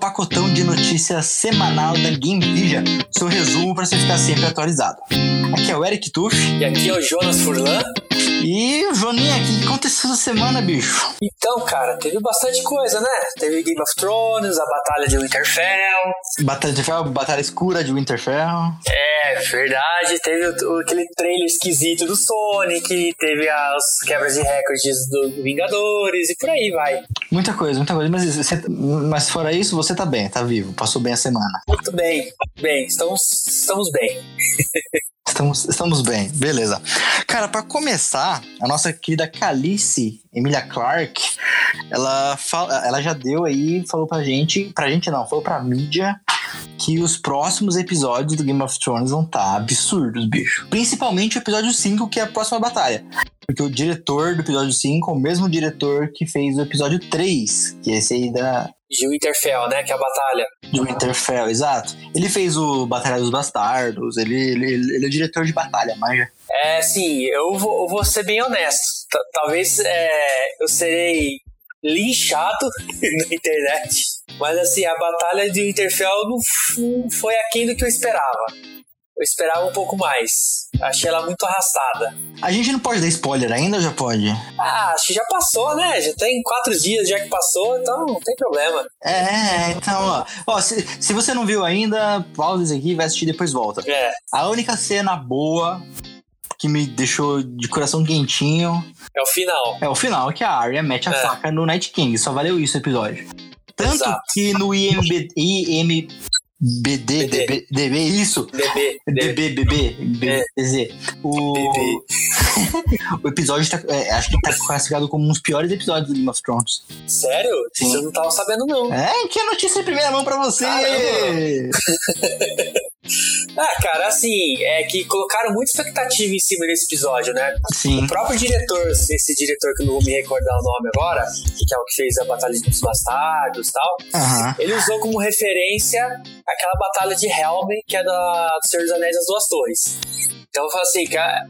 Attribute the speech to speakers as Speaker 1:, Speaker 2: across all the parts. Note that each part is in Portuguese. Speaker 1: pacotão de notícias semanal da Game Vision, seu resumo para você ficar sempre atualizado. Aqui é o Eric Tuff
Speaker 2: E aqui é o Jonas Furlan.
Speaker 1: e o Joninha aqui. O que aconteceu essa semana, bicho?
Speaker 2: Então, cara, teve bastante coisa, né? Teve Game of Thrones, a Batalha de Winterfell.
Speaker 1: Batalha de Ferro, Batalha Escura de Winterfell.
Speaker 2: É, verdade. Teve o- o- aquele trailer esquisito do Sonic. Teve as quebras de recordes do Vingadores e por aí vai.
Speaker 1: Muita coisa, muita coisa. Mas, você- mas fora isso, você tá bem, tá vivo. Passou bem a semana.
Speaker 2: Muito bem, bem, estamos, estamos bem.
Speaker 1: Estamos, estamos bem, beleza. Cara, pra começar, a nossa querida Calice, Emília Clark, ela, fala, ela já deu aí, falou pra gente, pra gente não, falou pra mídia, que os próximos episódios do Game of Thrones vão estar absurdos, bicho. Principalmente o episódio 5, que é a próxima batalha. Porque o diretor do episódio 5 é o mesmo diretor que fez o episódio 3, que é esse aí da,
Speaker 2: De Winterfell, né? Que é a batalha.
Speaker 1: do Winterfell, exato. Ele fez o Batalha dos Bastardos, ele, ele, ele é o diretor de batalha, manja.
Speaker 2: É, sim, eu vou, eu vou ser bem honesto. Ta- talvez é, eu serei linchado na internet, mas assim, a batalha de Winterfell não f- não foi aquém do que eu esperava. Eu esperava um pouco mais. Achei ela muito arrastada.
Speaker 1: A gente não pode dar spoiler ainda ou já pode?
Speaker 2: Ah, acho que já passou, né? Já tem quatro dias já que passou, então não tem problema.
Speaker 1: É, É, é, então, ó. Ó, se, se você não viu ainda, pausa isso aqui, vai assistir e depois volta.
Speaker 2: É,
Speaker 1: A única cena boa que me deixou de coração quentinho
Speaker 2: é o final.
Speaker 1: é o final, que a Arya mete a
Speaker 2: É.
Speaker 1: faca no Night King. Só valeu isso o episódio. Tanto
Speaker 2: Exato.
Speaker 1: que no IMB, IMBD, DB, DB, isso,
Speaker 2: DB.
Speaker 1: DBBB,
Speaker 2: É.
Speaker 1: BZ. O, o episódio tá, é, acho que tá classificado como um dos piores episódios do Game of Thrones.
Speaker 2: Sério?
Speaker 1: Sim.
Speaker 2: Eu não tava sabendo, não.
Speaker 1: É, que notícia em primeira mão pra você!
Speaker 2: Caramba. Ah, cara, assim, é que colocaram muita expectativa em cima desse episódio, né?
Speaker 1: Sim,
Speaker 2: O próprio diretor, esse diretor que eu não vou me recordar o nome agora, que é o que fez a Batalha dos Bastardos e tal,
Speaker 1: aham.
Speaker 2: ele usou como referência aquela Batalha de Helm, que é da, do Senhor dos Anéis das Duas Torres. Então eu falo assim, cara,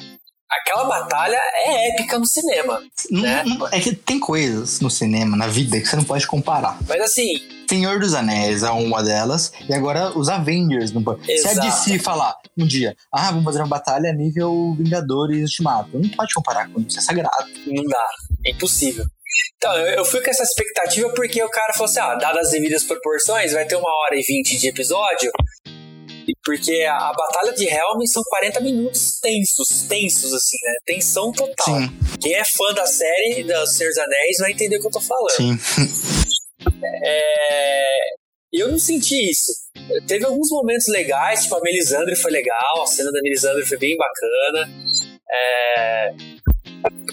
Speaker 2: aquela batalha é épica no cinema.
Speaker 1: Não-
Speaker 2: É.
Speaker 1: não- É. que tem coisas no cinema, na vida, que você não pode comparar.
Speaker 2: Mas assim,
Speaker 1: Senhor dos Anéis é uma delas, e agora os Avengers. Não pode. Se a
Speaker 2: Exato.
Speaker 1: DC falar um dia, ah, vamos fazer uma batalha nível Vingadores Ultimato, não pode comparar com isso, é sagrado.
Speaker 2: não dá. É impossível. Então, eu, eu fui com essa expectativa porque o cara falou assim, ah, dadas as devidas proporções, vai ter uma hora e vinte de episódio. E Porque a, a Batalha de Helm são 40 minutos tensos, tensos assim, né? Tensão total.
Speaker 1: Sim,
Speaker 2: Quem é fã da série da Senhor dos Anéis vai entender o que eu tô falando.
Speaker 1: sim.
Speaker 2: É, Eu não senti isso. Teve alguns momentos legais, tipo a Melisandre foi legal, a cena da Melisandre foi bem bacana. É,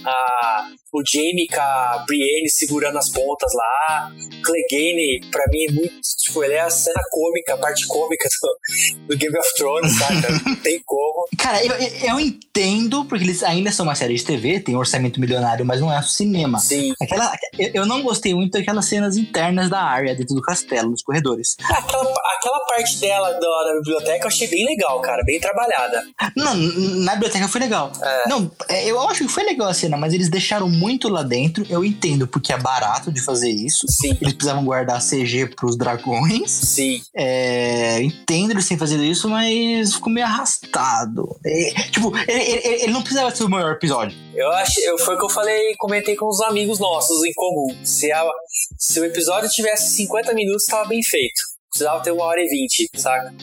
Speaker 2: a- o Jamie com a Brienne segurando as pontas lá. Clegane, pra mim, é muito. Tipo, ele é a cena cômica, a parte cômica do, do Game of Thrones, saca? Não tem como.
Speaker 1: Cara, eu, eu- eu entendo, porque eles ainda são uma série de TV, tem um orçamento milionário, mas não é cinema.
Speaker 2: Sim.
Speaker 1: Aquela, eu eu não gostei muito daquelas cenas internas da área dentro do castelo, nos corredores.
Speaker 2: Aquela, aquela parte dela da, da biblioteca eu achei bem legal, cara, bem trabalhada.
Speaker 1: Não, n- na biblioteca foi legal. Não, é, eu acho que foi legal a cena, mas eles deixaram muito lá dentro. Eu entendo porque é barato de fazer isso.
Speaker 2: Sim.
Speaker 1: Eles precisavam guardar CG pros dragões.
Speaker 2: Sim.
Speaker 1: É, entendo eles têm fazer isso, mas ficou meio arrastado. É, tipo, ele, ele- ele não precisava ser o maior episódio.
Speaker 2: Eu acho, eu, foi o que eu falei, comentei com os amigos nossos em comum. Se, a- se o episódio tivesse 50 minutos, tava bem feito. Precisava ter uma hora e vinte, saca?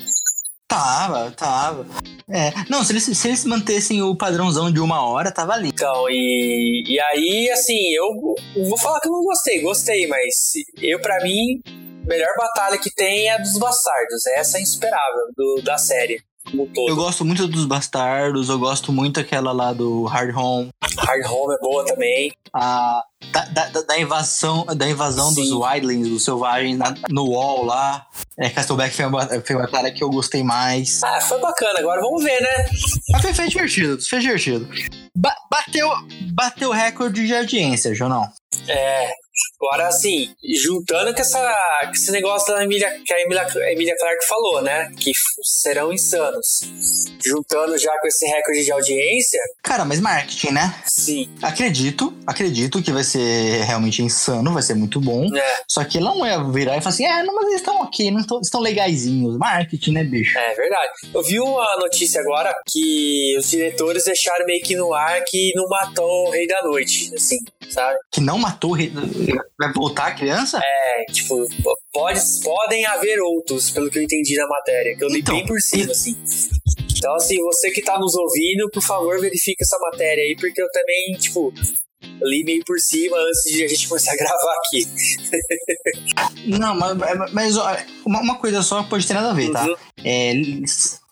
Speaker 1: Tava, tava. É, não, se eles, se eles mantessem o padrãozão de uma hora, tava ali.
Speaker 2: Então, e, e aí, assim, eu vou falar que eu não gostei, gostei, mas eu, pra mim, a melhor batalha que tem é a dos bastardos. Essa é insuperável do- da série, como um
Speaker 1: Eu
Speaker 2: todo.
Speaker 1: gosto muito dos Bastardos, eu gosto muito daquela lá do Hard Home,
Speaker 2: Hard Home é boa também.
Speaker 1: a, da, da, da- da invasão, da invasão dos
Speaker 2: Sim.
Speaker 1: Wildlings, dos Selvagens na- no Wall lá. É, Castleback foi uma, foi uma batalha que eu gostei mais.
Speaker 2: Ah, foi bacana, agora vamos ver, né?
Speaker 1: Mas foi, foi divertido, foi divertido. Ba- bateu bateu o recorde de audiência, Jonão.
Speaker 2: É, Agora, assim, juntando com, essa, com esse negócio da Emília, que a Emília, a Emília Clark falou, né? Que f- serão insanos. Juntando já com esse recorde de audiência,
Speaker 1: Cara, mas marketing, né?
Speaker 2: sim,
Speaker 1: Acredito, acredito que vai ser realmente insano, vai ser muito bom.
Speaker 2: né?
Speaker 1: Só que não ia virar e falar assim, é, não, mas eles estão aqui, não tão- estão legaisinhos. Marketing, né, bicho?
Speaker 2: É verdade. Eu vi uma notícia agora que os diretores deixaram meio que no ar que não matou o Rei da Noite, assim, sabe?
Speaker 1: Que não matou, o rei- vai voltar a criança?
Speaker 2: É, tipo, pode, podem haver outros, pelo que eu entendi na matéria, que eu li
Speaker 1: Então,
Speaker 2: bem por cima, assim. Então, assim, você que tá nos ouvindo, por favor, verifique essa matéria aí, porque eu também, tipo, li meio por cima antes de a gente começar a gravar aqui.
Speaker 1: Não, mas, mas ó, uma, uma coisa só pode ter nada a ver, tá?
Speaker 2: Uhum.
Speaker 1: É,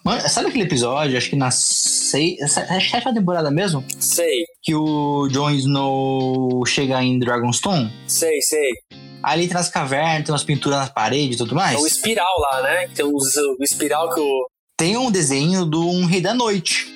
Speaker 1: mano, sabe aquele episódio, acho que na sei, se- sétima é temporada mesmo,
Speaker 2: Sei,
Speaker 1: que o Jon Snow chega em Dragonstone?
Speaker 2: sei, sei.
Speaker 1: Aí ele entra nas cavernas, tem umas pinturas na parede e tudo
Speaker 2: É
Speaker 1: mais.
Speaker 2: o espiral lá, né? Tem uns- o espiral que o.
Speaker 1: Tem um desenho de um Rei da Noite.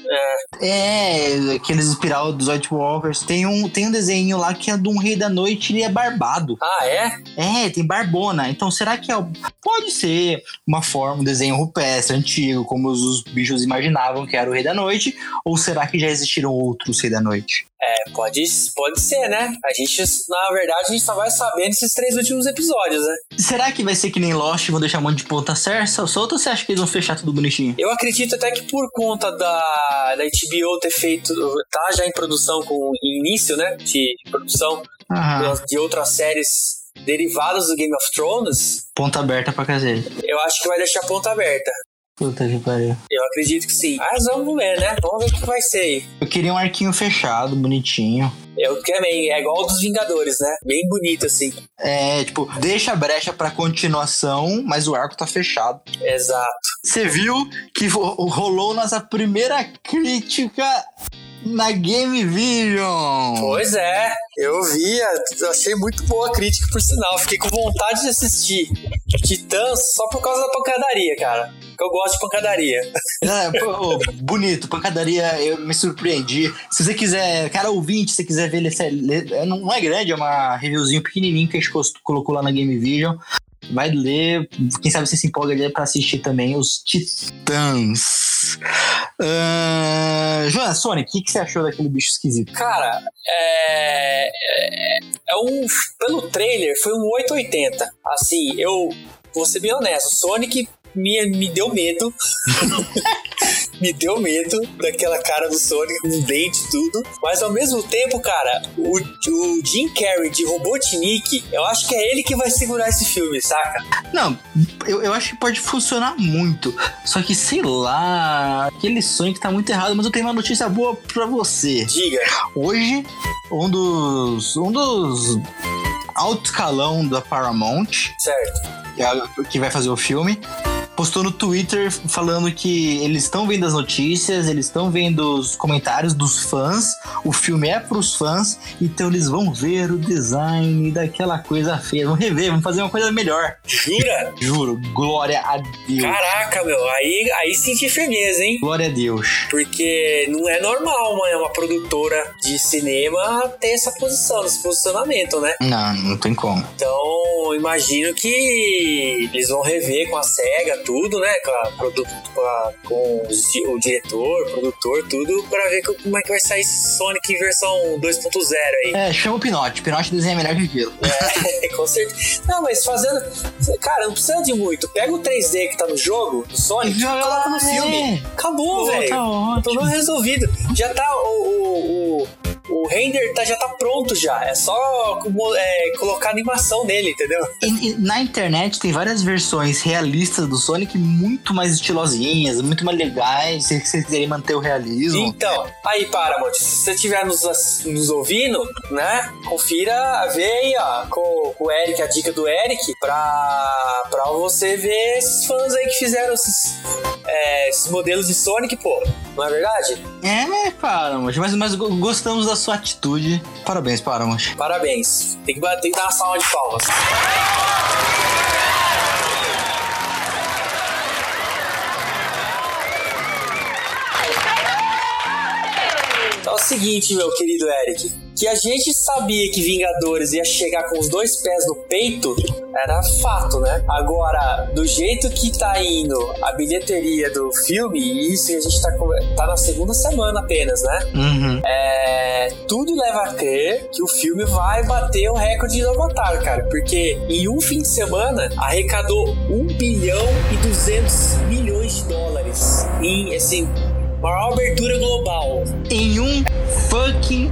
Speaker 1: É. aqueles espiral dos White Walkers. Tem um, tem um desenho lá que é de um Rei da Noite, ele é barbado.
Speaker 2: Ah, é?
Speaker 1: É, tem barbona. Então, será que é. o- Pode ser uma forma, um desenho rupestre antigo, como os, os bichos imaginavam que era o Rei da Noite? Ou será que já existiram outros Rei da Noite?
Speaker 2: É, pode, pode ser, né? A gente, na verdade, a gente só vai saber nesses três últimos episódios, né?
Speaker 1: Será que vai ser que nem Lost, vão deixar um monte de ponta certa solta? Ou você acha que eles vão fechar tudo bonitinho?
Speaker 2: Eu acredito até que por conta da, da HBO ter feito, tá já em produção com início, né, de produção
Speaker 1: Aham.
Speaker 2: de outras séries derivadas do Game of Thrones,
Speaker 1: Ponta aberta pra caseira.
Speaker 2: eu acho que vai deixar a ponta aberta.
Speaker 1: Puta que pariu.
Speaker 2: Eu acredito que sim. Mas vamos ver, né? Vamos ver o que vai ser aí.
Speaker 1: Eu queria um arquinho fechado, bonitinho.
Speaker 2: Eu também, é igual o dos Vingadores, né? Bem bonito, assim.
Speaker 1: É, tipo, deixa a brecha pra continuação, mas o arco tá fechado.
Speaker 2: Exato.
Speaker 1: Você viu que ro- rolou nossa primeira crítica na Game Vision.
Speaker 2: Pois é, eu vi, eu achei muito boa a crítica, por sinal. Fiquei com vontade de assistir Titãs só por causa da pancadaria, cara. Porque eu gosto de pancadaria.
Speaker 1: É, pô, ô, bonito, pancadaria, eu me surpreendi. Se você quiser, cara ouvinte, se você quiser ver, esse- le- é, não não é grande, é uma reviewzinho pequenininho que a gente cos- colocou lá na Game Vision. Vai ler, quem sabe você se empolga ali pra assistir também os Titãs. Ahn, Joana, Sonic, o que, que você achou daquele bicho esquisito?
Speaker 2: Cara, é. É, é um. Pelo trailer, foi um 880. Assim, eu vou ser bem honesto. Sonic me, me deu medo. me deu medo daquela cara do Sonic com dente e tudo. Mas ao mesmo tempo, cara, o, o Jim Carrey de Robotnik, eu acho que é ele que vai segurar esse filme, saca?
Speaker 1: Não, eu, eu acho que pode funcionar muito. Só que, sei lá, aquele Sonic tá muito errado, mas eu tenho uma notícia boa pra você.
Speaker 2: Diga.
Speaker 1: Hoje, um dos. Um dos. Alto escalão da Paramount,
Speaker 2: Certo.
Speaker 1: que é- que vai fazer o filme, postou no Twitter falando que eles estão vendo as notícias, eles estão vendo os comentários dos fãs, o filme é pros fãs, então eles vão ver o design daquela coisa feia, vão rever, vão fazer uma coisa melhor.
Speaker 2: Jura?
Speaker 1: Juro, glória a Deus.
Speaker 2: Caraca, meu. Aí, aí senti firmeza, hein?
Speaker 1: Glória a Deus.
Speaker 2: Porque não é normal uma, uma produtora de cinema ter essa posição, esse posicionamento, né?
Speaker 1: Não, não tem como.
Speaker 2: Então, imagino que eles vão rever com a SEGA tudo, né? Com, a produ- com a- com os di- o diretor, produtor, tudo, pra ver co- como é que vai sair esse Sonic versão 2.0 aí.
Speaker 1: É, chama o Pinote. Pinote desenha melhor que aquilo.
Speaker 2: com certeza. Não, mas fazendo. Cara, não precisa de muito. Pega o 3D que tá no jogo, do
Speaker 1: É.
Speaker 2: Sonic, e coloca no filme. Acabou, velho.
Speaker 1: Tá ótimo.
Speaker 2: Problema resolvido. Já tá o, o, o, o render tá, já tá pronto já. É só como- é, colocar animação nele, entendeu?
Speaker 1: E- e na internet tem várias versões realistas do Sonic muito mais estilosinhas, muito mais legais, se vocês quiserem manter o realismo.
Speaker 2: Então, aí Paramount, se você estiver nos, ass- nos ouvindo, né? Confira, vê aí, ó, com, com o Eric, a dica do Eric, pra, pra você ver esses fãs aí que fizeram esses, é, esses modelos de Sonic, pô. Não é verdade?
Speaker 1: É, Paramount, mas, mas go- gostamos da sua atitude. Parabéns, Paramount.
Speaker 2: Parabéns. Tem que, ba- tem que dar uma salva de palmas. Então é o seguinte, meu querido Eric. O que, que a gente sabia que Vingadores ia chegar com os dois pés no peito era fato, né? Agora, do jeito que tá indo a bilheteria do filme, e isso a gente tá, com- tá na segunda semana apenas, né?
Speaker 1: Uhum.
Speaker 2: É, tudo leva a crer que o filme vai bater o recorde do Avatar, cara. Porque em um fim de semana arrecadou 1 bilhão e 200 milhões de dólares. Em, assim, maior abertura global.
Speaker 1: Em um fucking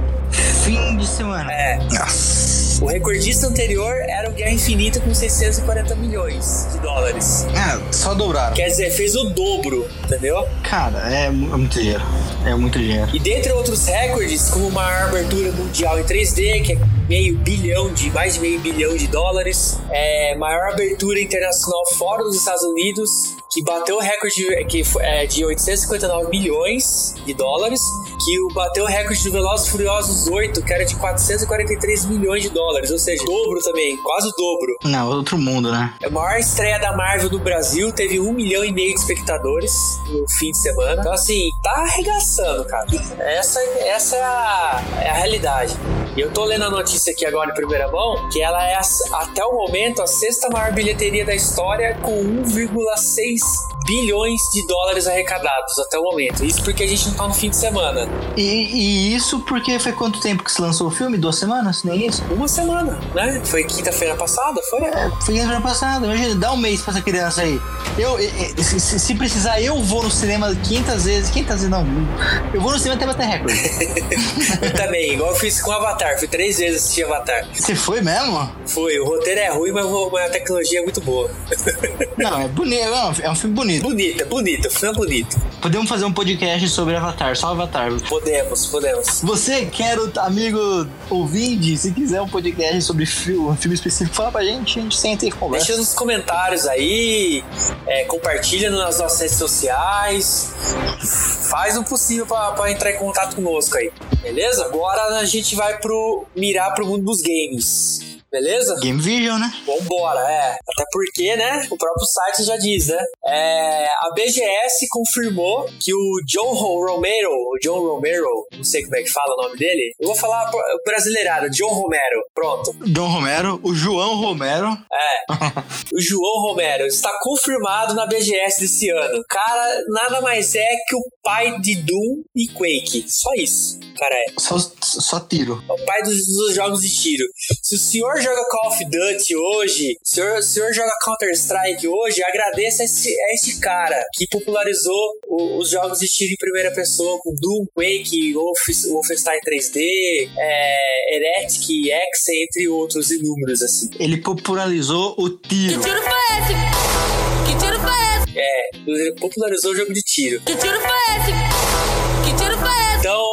Speaker 1: fim de semana.
Speaker 2: É.
Speaker 1: Nossa.
Speaker 2: O recordista anterior era o Guerra Infinita com 640 milhões de dólares.
Speaker 1: É, só dobraram.
Speaker 2: Quer dizer, fez o dobro, entendeu?
Speaker 1: Cara, é mu- é muito dinheiro. É muito dinheiro.
Speaker 2: E dentre outros recordes, como maior abertura mundial em 3D, que é meio bilhão de mais de meio bilhão de dólares, é, maior abertura internacional fora dos Estados Unidos, que bateu o recorde de- que fo- é, de 859 milhões de dólares, que o- bateu o recorde do Velozes e Furiosos 8, que era de 443 milhões de dólares, ou seja, dobro também, quase o dobro.
Speaker 1: Não, outro mundo, né?
Speaker 2: A maior estreia da Marvel do Brasil teve um milhão e meio de espectadores no fim de semana. Então, assim, tá arregaçando, cara. Essa, essa é, a, é a realidade. E eu tô lendo a notícia aqui agora em primeira mão, que ela é, a- até o momento, a sexta maior bilheteria da história, com 1,6 bilhões de dólares arrecadados até o momento. Isso porque a gente não tá no fim de semana.
Speaker 1: E, e isso porque foi quanto tempo que se lançou o filme? Duas semanas? Nem isso?
Speaker 2: Uma semana, né? Foi quinta-feira passada? Foi?
Speaker 1: É, Foi ano passado. Imagina, dá um mês pra essa criança aí. Eu, e- e- se, se- se precisar, eu vou no cinema 500 vezes. 500 vezes não. Eu vou no cinema até bater recorde.
Speaker 2: Eu também, igual eu fiz com Avatar. Fui três vezes assistir Avatar.
Speaker 1: Você foi mesmo?
Speaker 2: Foi, o roteiro é ruim, mas o- mas a tecnologia é muito boa.
Speaker 1: Não, é bonito. não, É um filme bonito.
Speaker 2: bonita, bonita, filme é bonito.
Speaker 1: Podemos fazer um podcast sobre Avatar, só Avatar.
Speaker 2: Podemos, podemos.
Speaker 1: Você, quero amigo ouvinte, se quiser um podcast sobre fi- um filme específico, fala pra gente, a gente senta e conversa.
Speaker 2: Deixa nos comentários aí, é, compartilha nas nossas redes sociais, faz o possível pra pra entrar em contato conosco aí, beleza? Agora a gente vai pro mirar pro mundo dos games, beleza?
Speaker 1: Game Vision, né?
Speaker 2: Vambora, é. Até porque, né? O próprio site já diz, né? É, a BGS confirmou que o John Ro- Romero, o John Romero, não sei como é que fala o nome dele. Eu vou falar pro- brasileirado, John Romero. Pronto. é.
Speaker 1: John Romero, o João Romero.
Speaker 2: O João Romero está confirmado na BGS desse ano. O Cara, nada mais é que o pai de Doom e Quake. Só isso, o cara é.
Speaker 1: Só, só tiro.
Speaker 2: É o pai dos, dos jogos de tiro. Se o senhor joga Call of Duty hoje, se o senhor, o senhor joga Counter-Strike hoje, agradeça a esse, a esse cara que popularizou o- os jogos de tiro em primeira pessoa com Doom, Quake, Wolf- Wolfenstein 3D, é, Heretic, Exe, entre outros inúmeros, assim.
Speaker 1: Ele popularizou o
Speaker 3: Que
Speaker 1: tiro.
Speaker 3: tiro foi esse? Que tiro foi esse?
Speaker 2: É, ele popularizou o jogo de tiro.
Speaker 3: Que tiro foi esse? Que tiro foi esse?
Speaker 2: Então,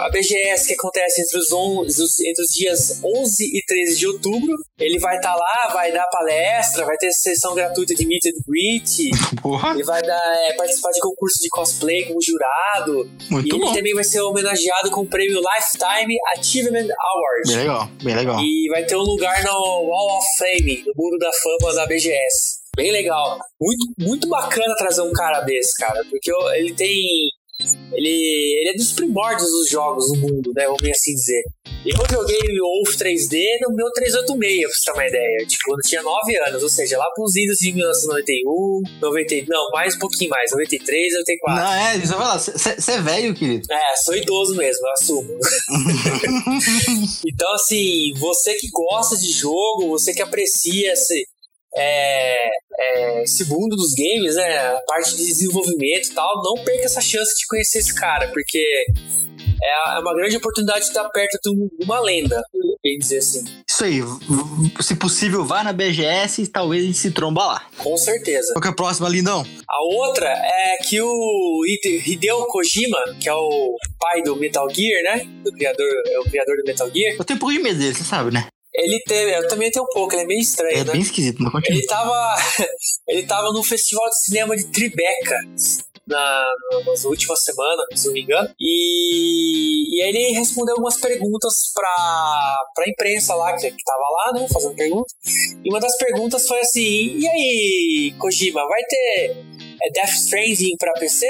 Speaker 2: a BGS que acontece entre os, on- os- entre os dias 11 e 13 de outubro, ele vai estar lá, vai dar palestra, vai ter sessão gratuita de meet and greet,
Speaker 1: Porra,
Speaker 2: ele vai dar, é, participar de concurso de cosplay como jurado, e
Speaker 1: muito
Speaker 2: ele
Speaker 1: bom.
Speaker 2: também vai ser homenageado com o prêmio Lifetime Achievement
Speaker 1: Bem
Speaker 2: Award.
Speaker 1: legal, bem legal.
Speaker 2: E vai ter um lugar no Wall of Fame, no Muro da Fama da BGS. Bem legal. Muito, muito bacana trazer um cara desse, cara. Porque eu- ele tem. Ele, ele é dos primórdios dos jogos no mundo, né? Vamos assim dizer. Eu joguei o Wolf 3D no meu 386, pra você ter uma ideia. Tipo, quando eu tinha 9 anos, ou seja, lá pros idos de 1991, 90, não, mais um pouquinho mais, 93, 94.
Speaker 1: Não, é, só falar, você é velho, querido.
Speaker 2: É, sou idoso mesmo, eu assumo. então, assim, você que gosta de jogo, você que aprecia esse, é, é, esse mundo dos games, né? A parte de desenvolvimento e tal, não perca essa chance de conhecer esse cara, porque é uma grande oportunidade de estar perto de um- de uma lenda, bem dizer assim.
Speaker 1: Isso aí, v- v- se possível, vá na BGS e talvez a gente se tromba lá.
Speaker 2: Com certeza.
Speaker 1: Qual que é a próxima, lindão?
Speaker 2: A outra é que o Hide- Hideo Kojima, que é o pai do Metal Gear, né? Do criador, é o criador do Metal Gear.
Speaker 1: Eu tenho um pouco de medo dele, você sabe, né?
Speaker 2: Ele teve, eu também tenho um pouco, ele é meio estranho,
Speaker 1: É
Speaker 2: né?
Speaker 1: bem esquisito, mas continua.
Speaker 2: Ele tava, ele tava no festival de cinema de Tribeca na, na última semana, se não me engano, e, e aí ele respondeu algumas perguntas pra, pra imprensa lá, que, que tava lá, né, fazendo pergunta, e uma das perguntas foi assim, e aí, Kojima, vai ter é, Death Stranding pra PC?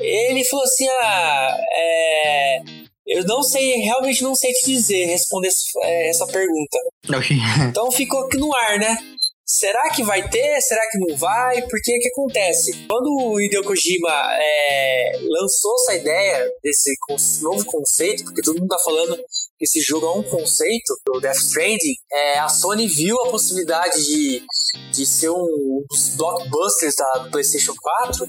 Speaker 2: Ele falou assim, ah, é, Eu não sei, realmente não sei te dizer, responder esse- é, essa pergunta.
Speaker 1: Ok.
Speaker 2: Então ficou aqui no ar, né? Será que vai ter? Será que não vai? Porque o que acontece? Quando o Hideo Kojima é, lançou essa ideia desse con- novo conceito, porque todo mundo tá falando que esse jogo é um conceito do Death Stranding, é, a Sony viu a possibilidade de, de ser um dos blockbusters da do PlayStation 4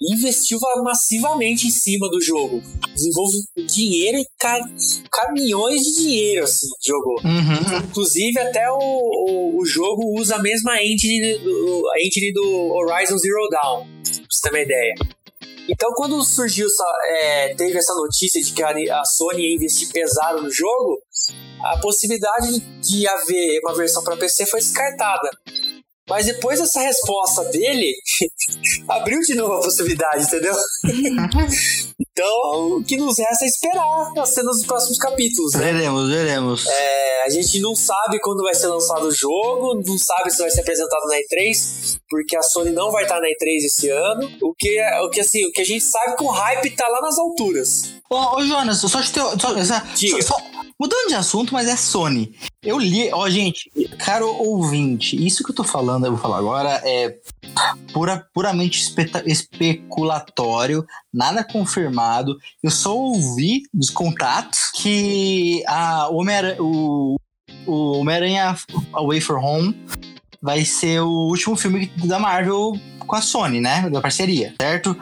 Speaker 2: e investiu va- massivamente em cima do jogo. Desenvolve dinheiro e ca- caminhões de dinheiro, assim, jogou.
Speaker 1: Uhum.
Speaker 2: Inclusive, até o, o, o jogo usa a mesma engine do, a engine do Horizon Zero Dawn, pra você ter uma ideia. Então, quando surgiu, essa, é, teve essa notícia de que a, a Sony ia investir pesado no jogo, a possibilidade de haver uma versão para PC foi descartada. Mas depois dessa resposta dele, abriu de novo a possibilidade, entendeu? então, o que nos resta é esperar as cenas dos próximos capítulos, né?
Speaker 1: Veremos, veremos.
Speaker 2: A gente não sabe quando vai ser lançado o jogo, não sabe se vai ser apresentado na E3, porque a Sony não vai estar na E3 esse ano. O que, o que assim, o que a gente sabe é que o hype tá lá nas alturas.
Speaker 1: Ô, ô, Jonas, só te ter, só, só-
Speaker 2: Diga.
Speaker 1: só- mudando de assunto, mas é Sony. Eu li, ó, gente, caro ouvinte, isso que eu tô falando, eu vou falar agora, é pura, puramente espeta- especulatório, nada confirmado. Eu só ouvi dos contatos que a Homem-Aranha, o, o Homem-Aranha Away from Home vai ser o último filme da Marvel com a Sony, né? Da parceria, certo?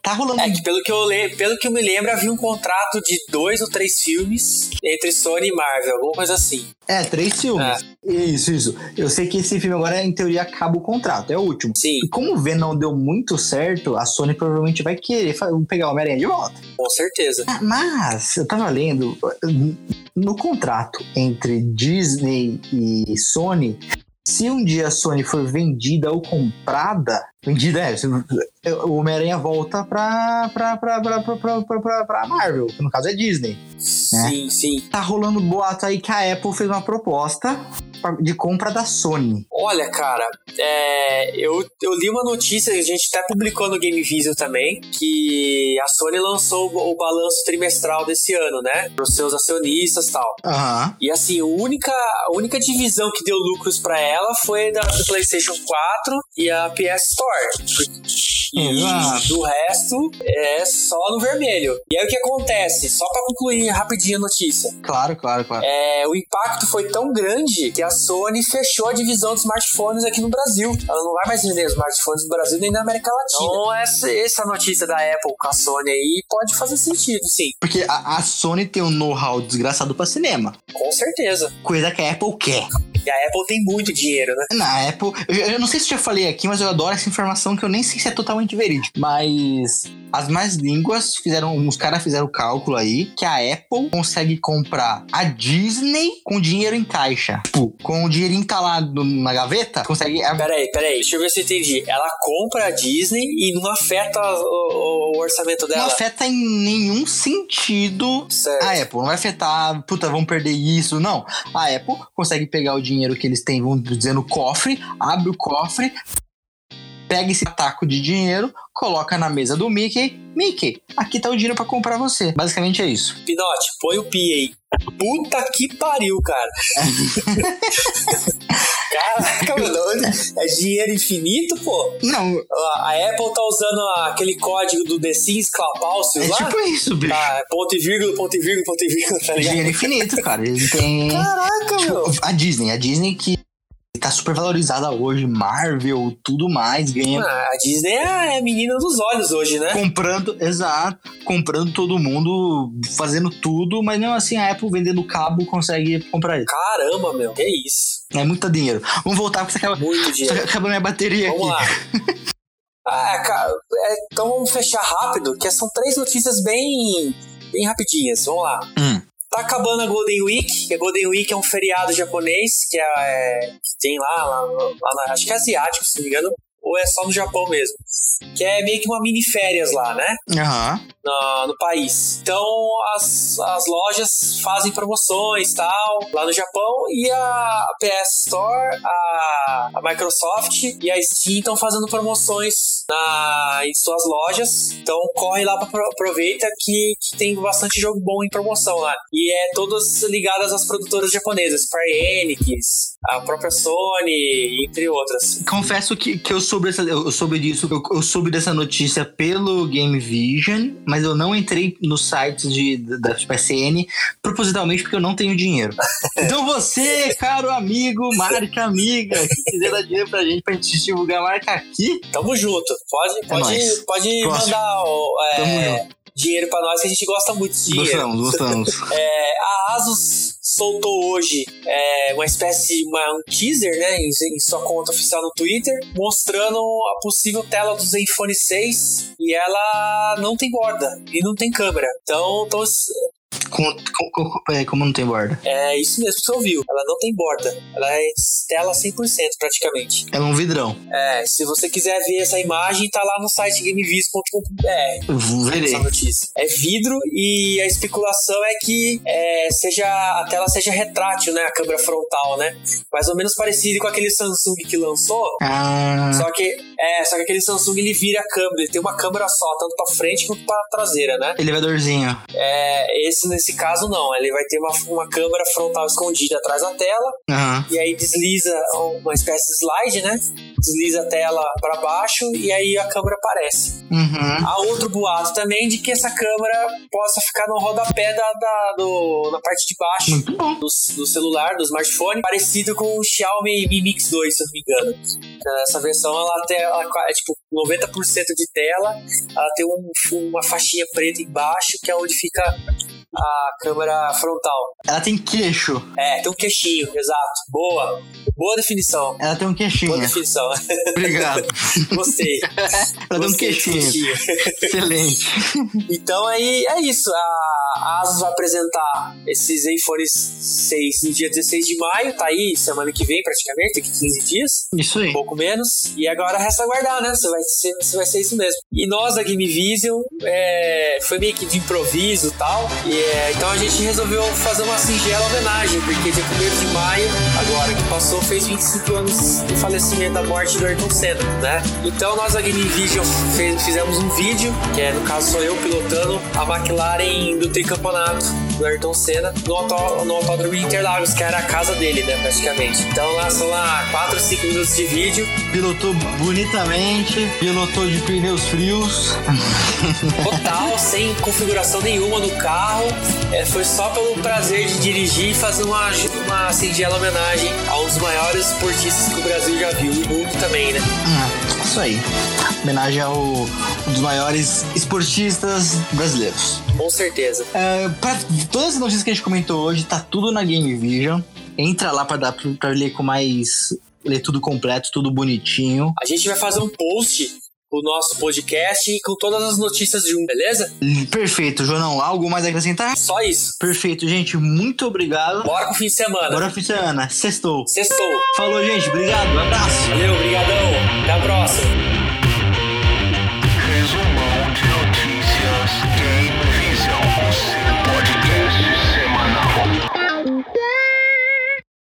Speaker 1: Tá rolando
Speaker 2: É que pelo que eu, le, pelo que eu me lembro, havia um contrato de dois ou três filmes entre Sony e Marvel, alguma coisa assim.
Speaker 1: É, três filmes. Isso, isso. Eu sei que esse filme agora, em teoria, acaba o contrato, é o último.
Speaker 2: Sim,
Speaker 1: E como o Venom deu muito certo, a Sony provavelmente vai querer fa- pegar o Homem-Aranha de volta.
Speaker 2: com certeza.
Speaker 1: Ah, Mas, eu tava lendo, no contrato entre Disney e Sony, se um dia a Sony for vendida ou comprada, vendida é, se- o Homem-Aranha volta pra, pra, pra, pra, pra, pra, pra- pra- pra Marvel, que no caso é Disney
Speaker 2: Sim, sim.
Speaker 1: tá rolando boato aí que a Apple fez uma proposta pra- de compra da Sony.
Speaker 2: Olha, cara, é, eu, eu li uma notícia, a gente até publicou no Game Vision também, que a Sony lançou o, o balanço trimestral desse ano, né? Para os seus acionistas e tal.
Speaker 1: Aham.
Speaker 2: E assim, a única, a única divisão que deu lucros pra ela foi da do PlayStation 4 e a PS Store. E
Speaker 1: Exato.
Speaker 2: do resto é só no vermelho. E aí o que acontece? Só pra concluir rapidinho a notícia.
Speaker 1: Claro, claro, claro.
Speaker 2: É, o impacto foi tão grande que a Sony fechou a divisão de smartphones aqui no Brasil. Ela não vai mais vender smartphones no Brasil nem na América Latina. Então essa, essa notícia da Apple com a Sony aí pode fazer sentido, sim.
Speaker 1: Porque a, a Sony tem um know-how desgraçado pra cinema.
Speaker 2: Com certeza.
Speaker 1: Coisa que a Apple quer.
Speaker 2: E a Apple tem muito dinheiro, né?
Speaker 1: Na Apple. Eu, eu não sei se eu já falei aqui, mas eu adoro essa informação que eu nem sei se é totalmente verídica. Mas as mais línguas fizeram. Os caras fizeram o cálculo aí que a Apple consegue comprar a Disney com dinheiro em caixa. Tipo, com o dinheirinho que tá lá no- na gaveta, consegue. a-
Speaker 2: Peraí, peraí, deixa eu ver se eu entendi. Ela compra a Disney e não afeta o, o- o orçamento
Speaker 1: Não
Speaker 2: dela.
Speaker 1: afeta em nenhum sentido
Speaker 2: Certo.
Speaker 1: A Apple não Ah. vai afetar, puta, vão perder isso, não. A Apple consegue pegar o dinheiro que eles têm, vamos dizer, no cofre, abre o cofre, pega esse taco de dinheiro, coloca na mesa do Mickey. Mickey, aqui tá o dinheiro pra comprar você. Basicamente é isso.
Speaker 2: Pinote, põe o pi aí. Puta que pariu, cara. Caraca, mano. É dinheiro infinito, pô.
Speaker 1: Não,
Speaker 2: A a Apple tá usando aquele código do The Sims, Clapalcios
Speaker 1: é
Speaker 2: lá.
Speaker 1: tipo isso, bicho. É
Speaker 2: Tá, ponto e vírgula, ponto e vírgula, ponto e vírgula, tá ligado?
Speaker 1: Dinheiro infinito, cara. Eles têm.
Speaker 2: Ah. Caraca, meu.
Speaker 1: A Disney, a Disney que tá super valorizada hoje, Marvel, tudo mais, ganha
Speaker 2: Ah, a Disney é a menina dos olhos hoje, né?
Speaker 1: comprando, exato, comprando todo mundo, fazendo tudo, mas mesmo assim a Apple vendendo cabo consegue comprar isso.
Speaker 2: Caramba, meu. Que isso.
Speaker 1: É muito dinheiro. Vamos voltar porque você acaba,
Speaker 2: Muito
Speaker 1: só que
Speaker 2: dinheiro.
Speaker 1: acabou minha bateria
Speaker 2: Vamos lá.
Speaker 1: aqui.
Speaker 2: Ah, cara, é, então vamos fechar rápido, que são três notícias bem, bem rapidinhas. Vamos lá.
Speaker 1: Hum.
Speaker 2: Tá acabando a Golden Week, que a Golden Week é um feriado japonês que, é, que tem lá, lá- lá na- acho que é asiático, se não me engano. ou é só no Japão mesmo. Que é meio que uma mini férias lá, né?
Speaker 1: Aham.
Speaker 2: na- no país. Então as, as lojas fazem promoções tal lá no Japão e a PS Store, a, a Microsoft e a Steam estão fazendo promoções na, em suas lojas. Então corre lá para aproveita que, que tem bastante jogo bom em promoção lá. E é todas ligadas às produtoras japonesas, Square Enix, a própria Sony, entre outras.
Speaker 1: Confesso que, que eu, soube essa- eu soube disso, eu, eu soube dessa notícia pelo Game Vision, mas eu não entrei nos sites de, da PSN propositalmente porque eu não tenho dinheiro. Então você, caro amigo, marca amiga, que quiser dar dinheiro pra gente, pra gente divulgar, marca aqui.
Speaker 2: Tamo junto. Pode, pode,
Speaker 1: É nóis.
Speaker 2: pode
Speaker 1: Próximo.
Speaker 2: mandar ó, é,
Speaker 1: Tamo junto.
Speaker 2: dinheiro pra nós que a gente gosta muito de dinheiro. É,
Speaker 1: Gostamos, gostamos.
Speaker 2: A Asus soltou hoje é, uma espécie, uma, um teaser, né, em, em sua conta oficial no Twitter, mostrando a possível tela do Zenfone 6 e ela não tem borda e não tem câmera. Então, então
Speaker 1: Com- com- com- é, como não tem borda?
Speaker 2: é isso mesmo que você ouviu. Ela não tem borda. Ela é tela 100% praticamente.
Speaker 1: Ela é um vidrão.
Speaker 2: É, se você quiser ver essa imagem, tá lá no site gamevis.com.br.
Speaker 1: Verei.
Speaker 2: essa notícia. É vidro e a especulação é que é, seja a tela seja retrátil, né? A câmera frontal, né? Mais ou menos parecido com aquele Samsung que lançou.
Speaker 1: Ah,
Speaker 2: Só que, é, só que aquele Samsung ele vira a câmera, ele tem uma câmera só, tanto pra frente quanto pra traseira, né?
Speaker 1: elevadorzinho.
Speaker 2: É, esse nesse caso não, ele vai ter uma, uma câmera frontal escondida atrás da tela,
Speaker 1: Aham.
Speaker 2: e aí desliza uma espécie de slide, né? Desliza a tela pra baixo e aí a câmera aparece.
Speaker 1: Uhum.
Speaker 2: Há outro boato também de que essa câmera possa ficar no rodapé da, da- do, na parte de baixo
Speaker 1: Muito bom.
Speaker 2: do, do celular, do smartphone, parecido com o Xiaomi Mi Mix 2, se eu não me engano. Então, Essa versão ela, tem, ela é tipo 90% de tela, ela tem um- uma faixinha preta embaixo, que é onde fica a câmera frontal.
Speaker 1: Ela tem queixo.
Speaker 2: É, tem um queixinho, exato. Boa, boa definição.
Speaker 1: Ela tem um
Speaker 2: Boa
Speaker 1: queixinho.
Speaker 2: definição,
Speaker 1: Obrigado.
Speaker 2: gostei.
Speaker 1: Ela tem um
Speaker 2: Gostei do
Speaker 1: queixinho. Excelente.
Speaker 2: Então aí é isso. A Asus vai apresentar esses iPhone 6 no dia 16 de maio, tá aí semana que vem praticamente, daqui 15 dias,
Speaker 1: Isso aí.
Speaker 2: um pouco menos. E agora resta aguardar, né? Você vai ser, você vai ser isso mesmo. E nós da Game Vision é, foi meio que de improviso e tal. E, é, então a gente resolveu fazer uma singela homenagem, porque dia 1 de maio, agora que passou, fez 25 anos do falecimento da morte do Ayrton Senna, né? Então nós da Game Vision fez- fizemos um vídeo, que é no caso sou eu pilotando a McLaren do tricampeonato do Ayrton Senna no, autó no autódromo de Interlagos, que era a casa dele, né, praticamente. Então lá são lá 4, 5 minutos de vídeo.
Speaker 1: Pilotou bonitamente, pilotou de pneus frios.
Speaker 2: total, sem configuração nenhuma no carro. É, foi só pelo prazer de dirigir e fazer uma, uma singela homenagem a um dos maiores esportistas que o Brasil já viu e o mundo também, né?
Speaker 1: Hum, isso aí. Homenagem ao um dos maiores esportistas brasileiros.
Speaker 2: Com certeza.
Speaker 1: É, pra todas as notícias que a gente comentou hoje, tá tudo na Game Vision. Entra lá pra, dar, pra ler com mais. ler tudo completo, tudo bonitinho.
Speaker 2: A gente vai fazer um post com o nosso podcast e com todas as notícias de um, beleza?
Speaker 1: Perfeito, João. Algo mais a acrescentar?
Speaker 2: Só isso.
Speaker 1: Perfeito, gente. Muito obrigado.
Speaker 2: Bora pro fim de semana.
Speaker 1: Agora, Ana, sextou.
Speaker 2: Sextou.
Speaker 1: Falou, gente. Obrigado. Abraço.
Speaker 2: Valeu, brigadão. Até a próxima.